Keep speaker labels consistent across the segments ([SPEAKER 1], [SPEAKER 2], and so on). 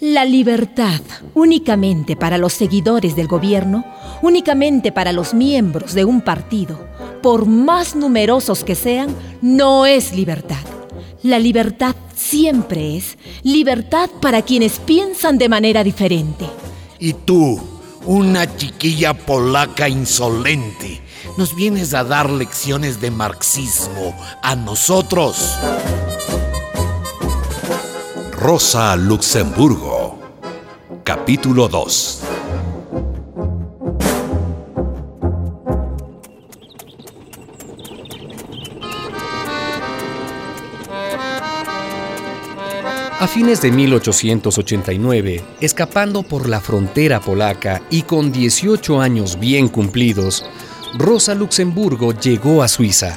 [SPEAKER 1] La libertad, únicamente para los seguidores del gobierno, únicamente para los miembros de un partido, por más numerosos que sean, no es libertad. La libertad siempre es libertad para quienes piensan de manera diferente.
[SPEAKER 2] Y tú, una chiquilla polaca insolente, nos vienes a dar lecciones de marxismo a nosotros.
[SPEAKER 3] Rosa Luxemburgo, capítulo 2.
[SPEAKER 4] A fines de 1889, escapando por la frontera polaca y con 18 años bien cumplidos, Rosa Luxemburgo llegó a Suiza.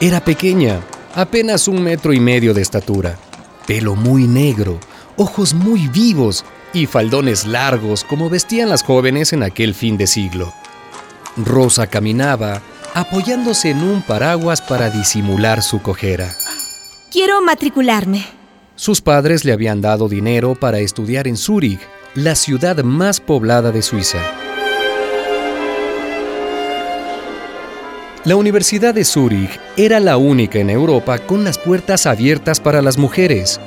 [SPEAKER 4] Era pequeña, apenas un metro y medio de estatura, pelo muy negro, ojos muy vivos y faldones largos como vestían las jóvenes en aquel fin de siglo. Rosa caminaba apoyándose en un paraguas para disimular su cojera.
[SPEAKER 5] Quiero matricularme.
[SPEAKER 4] Sus padres le habían dado dinero para estudiar en Zúrich, la ciudad más poblada de Suiza. La Universidad de Zúrich era la única en Europa con las puertas abiertas para las mujeres.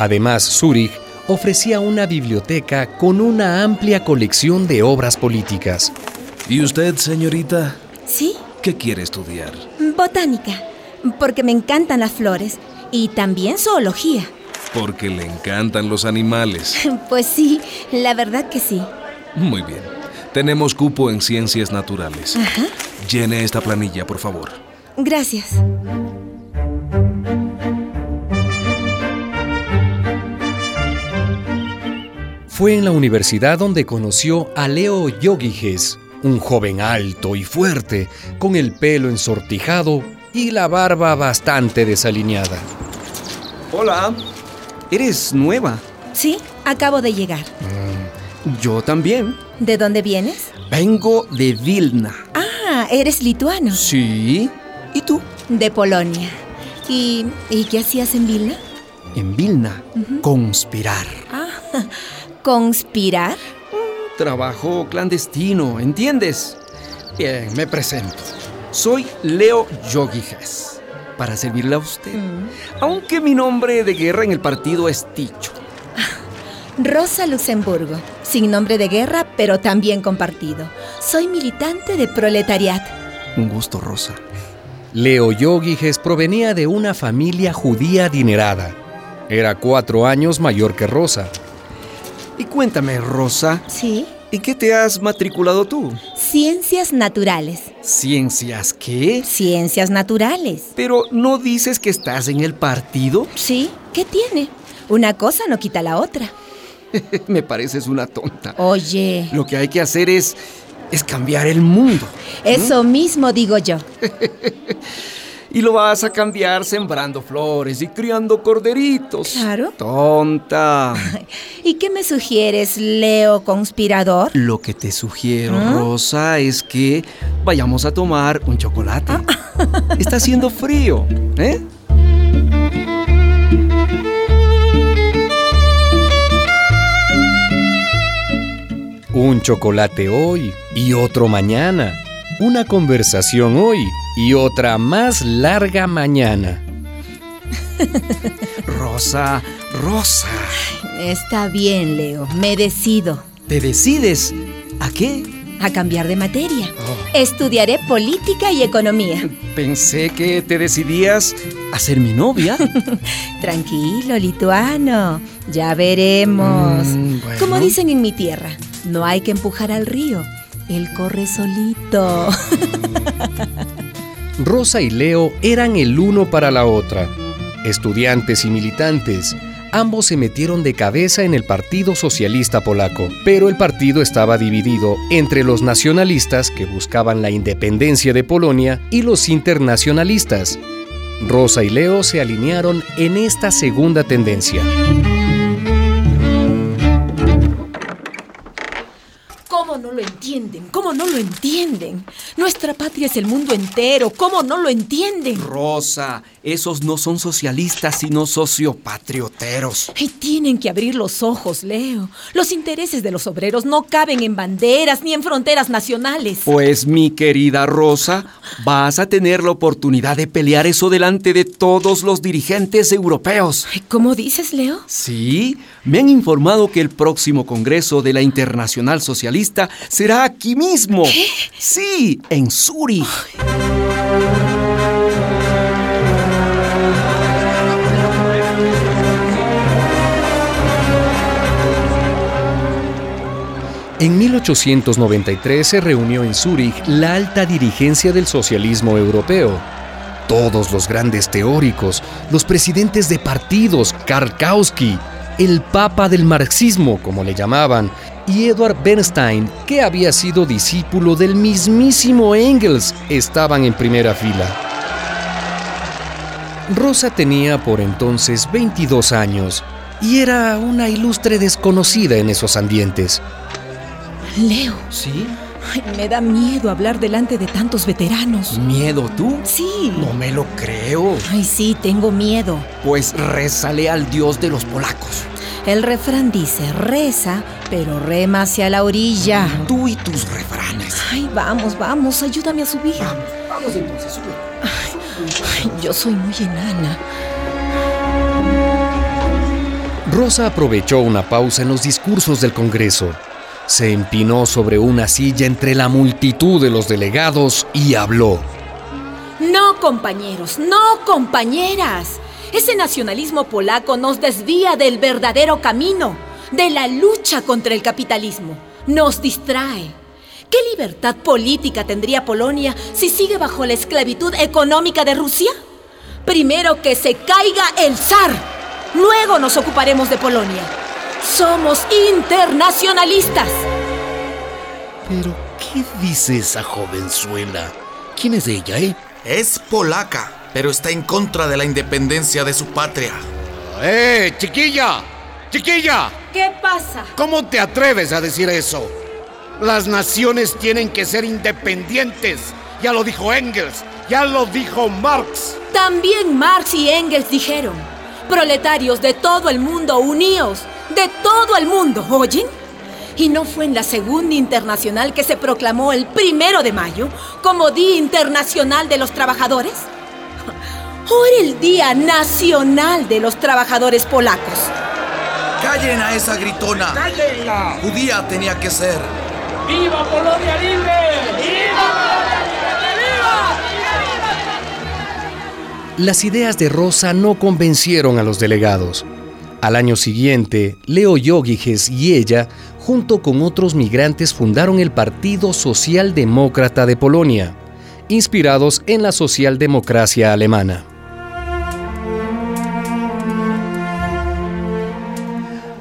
[SPEAKER 4] Además, Zúrich ofrecía una biblioteca con una amplia colección de obras políticas.
[SPEAKER 6] ¿Y usted, señorita?
[SPEAKER 5] ¿Sí?
[SPEAKER 6] ¿Qué quiere estudiar?
[SPEAKER 5] Botánica, porque me encantan las flores y también zoología.
[SPEAKER 6] Porque le encantan los animales.
[SPEAKER 5] Pues sí, la verdad que sí.
[SPEAKER 6] Muy bien. Tenemos cupo en ciencias naturales.
[SPEAKER 5] Ajá.
[SPEAKER 6] Llene esta planilla, por favor.
[SPEAKER 5] Gracias.
[SPEAKER 4] Fue en la universidad donde conoció a Leo Yogiges, un joven alto y fuerte, con el pelo ensortijado y la barba bastante desalineada.
[SPEAKER 7] Hola, eres nueva.
[SPEAKER 5] Sí, acabo de llegar.
[SPEAKER 7] Yo también.
[SPEAKER 5] ¿De dónde vienes?
[SPEAKER 7] Vengo de Vilna.
[SPEAKER 5] Ah, eres lituano.
[SPEAKER 7] Sí. ¿Y tú?
[SPEAKER 5] De Polonia. ¿Y, y qué hacías en Vilna?
[SPEAKER 7] En Vilna. Conspirar.
[SPEAKER 5] Ah, ¿conspirar?
[SPEAKER 7] Trabajo clandestino, ¿entiendes? Bien, me presento. Soy Leo Yogijas, para servirle a usted.
[SPEAKER 5] Mm.
[SPEAKER 7] Aunque mi nombre de guerra en el partido es Ticho.
[SPEAKER 5] Rosa Luxemburgo, sin nombre de guerra, pero también compartido. Soy militante de proletariat.
[SPEAKER 7] Un gusto, Rosa.
[SPEAKER 4] Leo Yogiges provenía de una familia judía adinerada. Era cuatro años mayor que Rosa.
[SPEAKER 7] Y cuéntame, Rosa,
[SPEAKER 5] ¿Sí?
[SPEAKER 7] ¿en qué te has matriculado tú?
[SPEAKER 5] Ciencias naturales.
[SPEAKER 7] ¿Ciencias qué?
[SPEAKER 5] Ciencias naturales.
[SPEAKER 7] Pero no dices que estás en el partido.
[SPEAKER 5] Sí, ¿qué tiene? Una cosa no quita la otra.
[SPEAKER 7] Me pareces una tonta.
[SPEAKER 5] Oye,
[SPEAKER 7] Lo que hay que hacer es es cambiar el mundo.
[SPEAKER 5] eso mismo digo yo.
[SPEAKER 7] Y lo vas a cambiar sembrando flores y criando corderitos.
[SPEAKER 5] Claro.
[SPEAKER 7] Tonta.
[SPEAKER 5] ¿Y qué me sugieres, Leo conspirador?
[SPEAKER 7] Lo que te sugiero, Rosa, es que vayamos a tomar un chocolate. Está haciendo frío, ¿eh?
[SPEAKER 4] Un chocolate hoy y otro mañana. Una conversación hoy y otra más larga mañana.
[SPEAKER 7] Rosa, Rosa,
[SPEAKER 1] Está bien, Leo, me decido
[SPEAKER 7] ¿te decides a qué?
[SPEAKER 1] a cambiar de materia. Estudiaré política y economía.
[SPEAKER 7] Pensé que te decidías a ser mi novia. Mm,
[SPEAKER 1] Tranquilo, lituano, ya veremos.
[SPEAKER 7] Mm, bueno.
[SPEAKER 1] Como dicen en mi tierra, no hay que empujar al río, él corre solito.
[SPEAKER 4] Rosa y Leo eran el uno para la otra. Estudiantes y militantes, ambos se metieron de cabeza en el Partido Socialista Polaco, pero el partido estaba dividido entre los nacionalistas que buscaban la independencia de Polonia y los internacionalistas. Rosa y Leo se alinearon en esta segunda tendencia.
[SPEAKER 1] ¿Cómo no lo entiendo? entienden? ¿Cómo no lo entienden? Nuestra patria es el mundo entero. ¿Cómo no lo entienden?
[SPEAKER 7] Rosa, esos no son socialistas, sino sociopatrioteros.
[SPEAKER 1] Y tienen que abrir los ojos, Leo. Los intereses de los obreros no caben en banderas ni en fronteras nacionales.
[SPEAKER 7] Pues mi querida Rosa, vas a tener la oportunidad de pelear eso delante de todos los dirigentes europeos.
[SPEAKER 1] Ay, ¿Cómo dices, Leo?
[SPEAKER 7] Sí, me han informado que el próximo Congreso de la Internacional Socialista será aquí mismo. Sí, en Zurich.
[SPEAKER 4] En 1893 se reunió en Zúrich la alta dirigencia del socialismo europeo. Todos los grandes teóricos, los presidentes de partidos, Karkowski, el papa del marxismo, como le llamaban, y Edward Bernstein, que había sido discípulo del mismísimo Engels, estaban en primera fila. Rosa tenía por entonces 22 años y era una ilustre desconocida en esos ambientes.
[SPEAKER 1] Leo,
[SPEAKER 7] ¿Sí?
[SPEAKER 1] ay, me da miedo hablar delante de tantos veteranos.
[SPEAKER 7] ¿Miedo tú?
[SPEAKER 1] Sí.
[SPEAKER 7] No me lo creo.
[SPEAKER 1] Ay, sí, tengo miedo.
[SPEAKER 7] Pues rezale al dios de los polacos.
[SPEAKER 5] El refrán dice, reza, pero rema hacia la orilla.
[SPEAKER 7] Tú y tus refranes.
[SPEAKER 1] Ay, vamos, vamos, ayúdame a subir.
[SPEAKER 7] Vamos entonces, sube.
[SPEAKER 1] Ay, yo soy muy enana.
[SPEAKER 4] Rosa aprovechó una pausa en los discursos del Congreso. Se empinó sobre una silla entre la multitud de los delegados y habló.
[SPEAKER 1] No, compañeros, no, compañeras. Ese nacionalismo polaco nos desvía del verdadero camino, de la lucha contra el capitalismo. Nos distrae. ¿Qué libertad política tendría Polonia si sigue bajo la esclavitud económica de Rusia? Primero que se caiga el zar. Luego nos ocuparemos de Polonia. Somos internacionalistas.
[SPEAKER 2] Pero, ¿qué dice esa jovenzuela? ¿Quién es ella, eh?
[SPEAKER 8] Es polaca, pero está en contra de la independencia de su patria.
[SPEAKER 2] ¡Eh, chiquilla! ¡Chiquilla!
[SPEAKER 1] ¿Qué pasa?
[SPEAKER 2] ¿Cómo te atreves a decir eso? Las naciones tienen que ser independientes. Ya lo dijo Engels, ya lo dijo Marx.
[SPEAKER 1] También Marx y Engels dijeron, proletarios de todo el mundo, uníos, de todo el mundo, ¿oyen? Y no fue en la Segunda Internacional que se proclamó el primero de mayo como Día Internacional de los Trabajadores. Ahora el Día Nacional de los Trabajadores Polacos.
[SPEAKER 8] ¡Callen a esa gritona!
[SPEAKER 9] ¡Cállenla!
[SPEAKER 8] Judía tenía que ser.
[SPEAKER 9] ¡Viva Polonia Libre!
[SPEAKER 4] Las ideas de Rosa no convencieron a los delegados. Al año siguiente, Leo Yóguiges y ella, junto con otros migrantes, fundaron el Partido Socialdemócrata de Polonia, inspirados en la socialdemocracia alemana.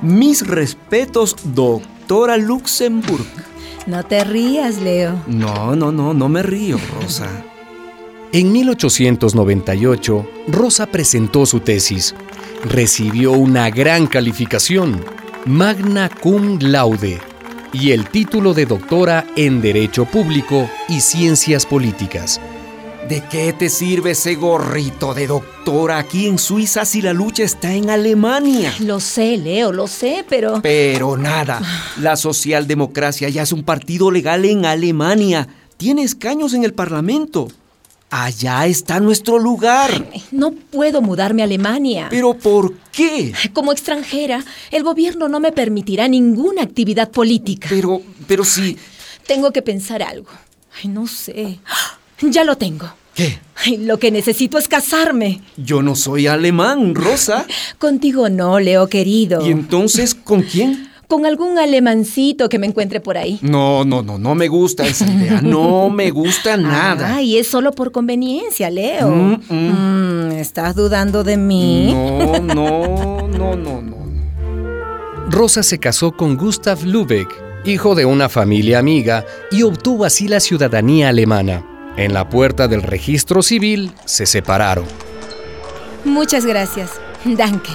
[SPEAKER 7] Mis respetos, doctora Luxemburg.
[SPEAKER 5] No te rías, Leo.
[SPEAKER 7] No, no, no, no me río, Rosa.
[SPEAKER 4] En 1898, Rosa presentó su tesis. Recibió una gran calificación, magna cum laude, y el título de doctora en Derecho Público y Ciencias Políticas.
[SPEAKER 7] ¿De qué te sirve ese gorrito de doctora aquí en Suiza si la lucha está en Alemania?
[SPEAKER 5] Lo sé, Leo, lo sé, pero...
[SPEAKER 7] Pero nada, la socialdemocracia ya es un partido legal en Alemania. Tiene escaños en el Parlamento. Allá está nuestro lugar.
[SPEAKER 5] No puedo mudarme a Alemania.
[SPEAKER 7] Pero ¿por qué?
[SPEAKER 5] Como extranjera, el gobierno no me permitirá ninguna actividad política.
[SPEAKER 7] Pero, pero si...
[SPEAKER 5] Tengo que pensar algo. Ay, no sé. ¡Ah! Ya lo tengo.
[SPEAKER 7] ¿Qué?
[SPEAKER 5] Ay, lo que necesito es casarme.
[SPEAKER 7] Yo no soy alemán, Rosa.
[SPEAKER 5] Contigo no, Leo querido.
[SPEAKER 7] ¿Y entonces con quién?
[SPEAKER 5] Con algún alemancito que me encuentre por ahí.
[SPEAKER 7] No, no, no, no me gusta esa idea. No me gusta nada.
[SPEAKER 5] Ay, es solo por conveniencia, Leo.
[SPEAKER 7] Mm, mm.
[SPEAKER 5] Mm, ¿Estás dudando de mí?
[SPEAKER 7] No, no, no, no, no.
[SPEAKER 4] Rosa se casó con Gustav Lübeck, hijo de una familia amiga, y obtuvo así la ciudadanía alemana. En la puerta del registro civil se separaron.
[SPEAKER 5] Muchas gracias. Danke.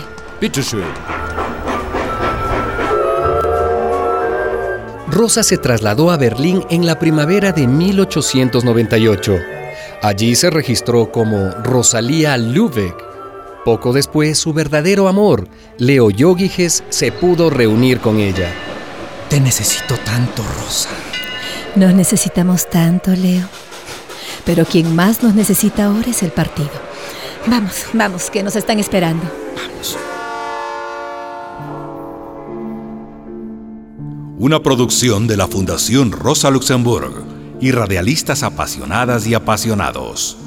[SPEAKER 4] Rosa se trasladó a Berlín en la primavera de 1898. Allí se registró como Rosalía Lübeck. Poco después, su verdadero amor, Leo Yogiges, se pudo reunir con ella.
[SPEAKER 10] Te necesito tanto, Rosa.
[SPEAKER 1] Nos necesitamos tanto, Leo. Pero quien más nos necesita ahora es el partido. Vamos, vamos, que nos están esperando.
[SPEAKER 2] Una producción de la Fundación Rosa Luxemburg y radialistas apasionadas y apasionados.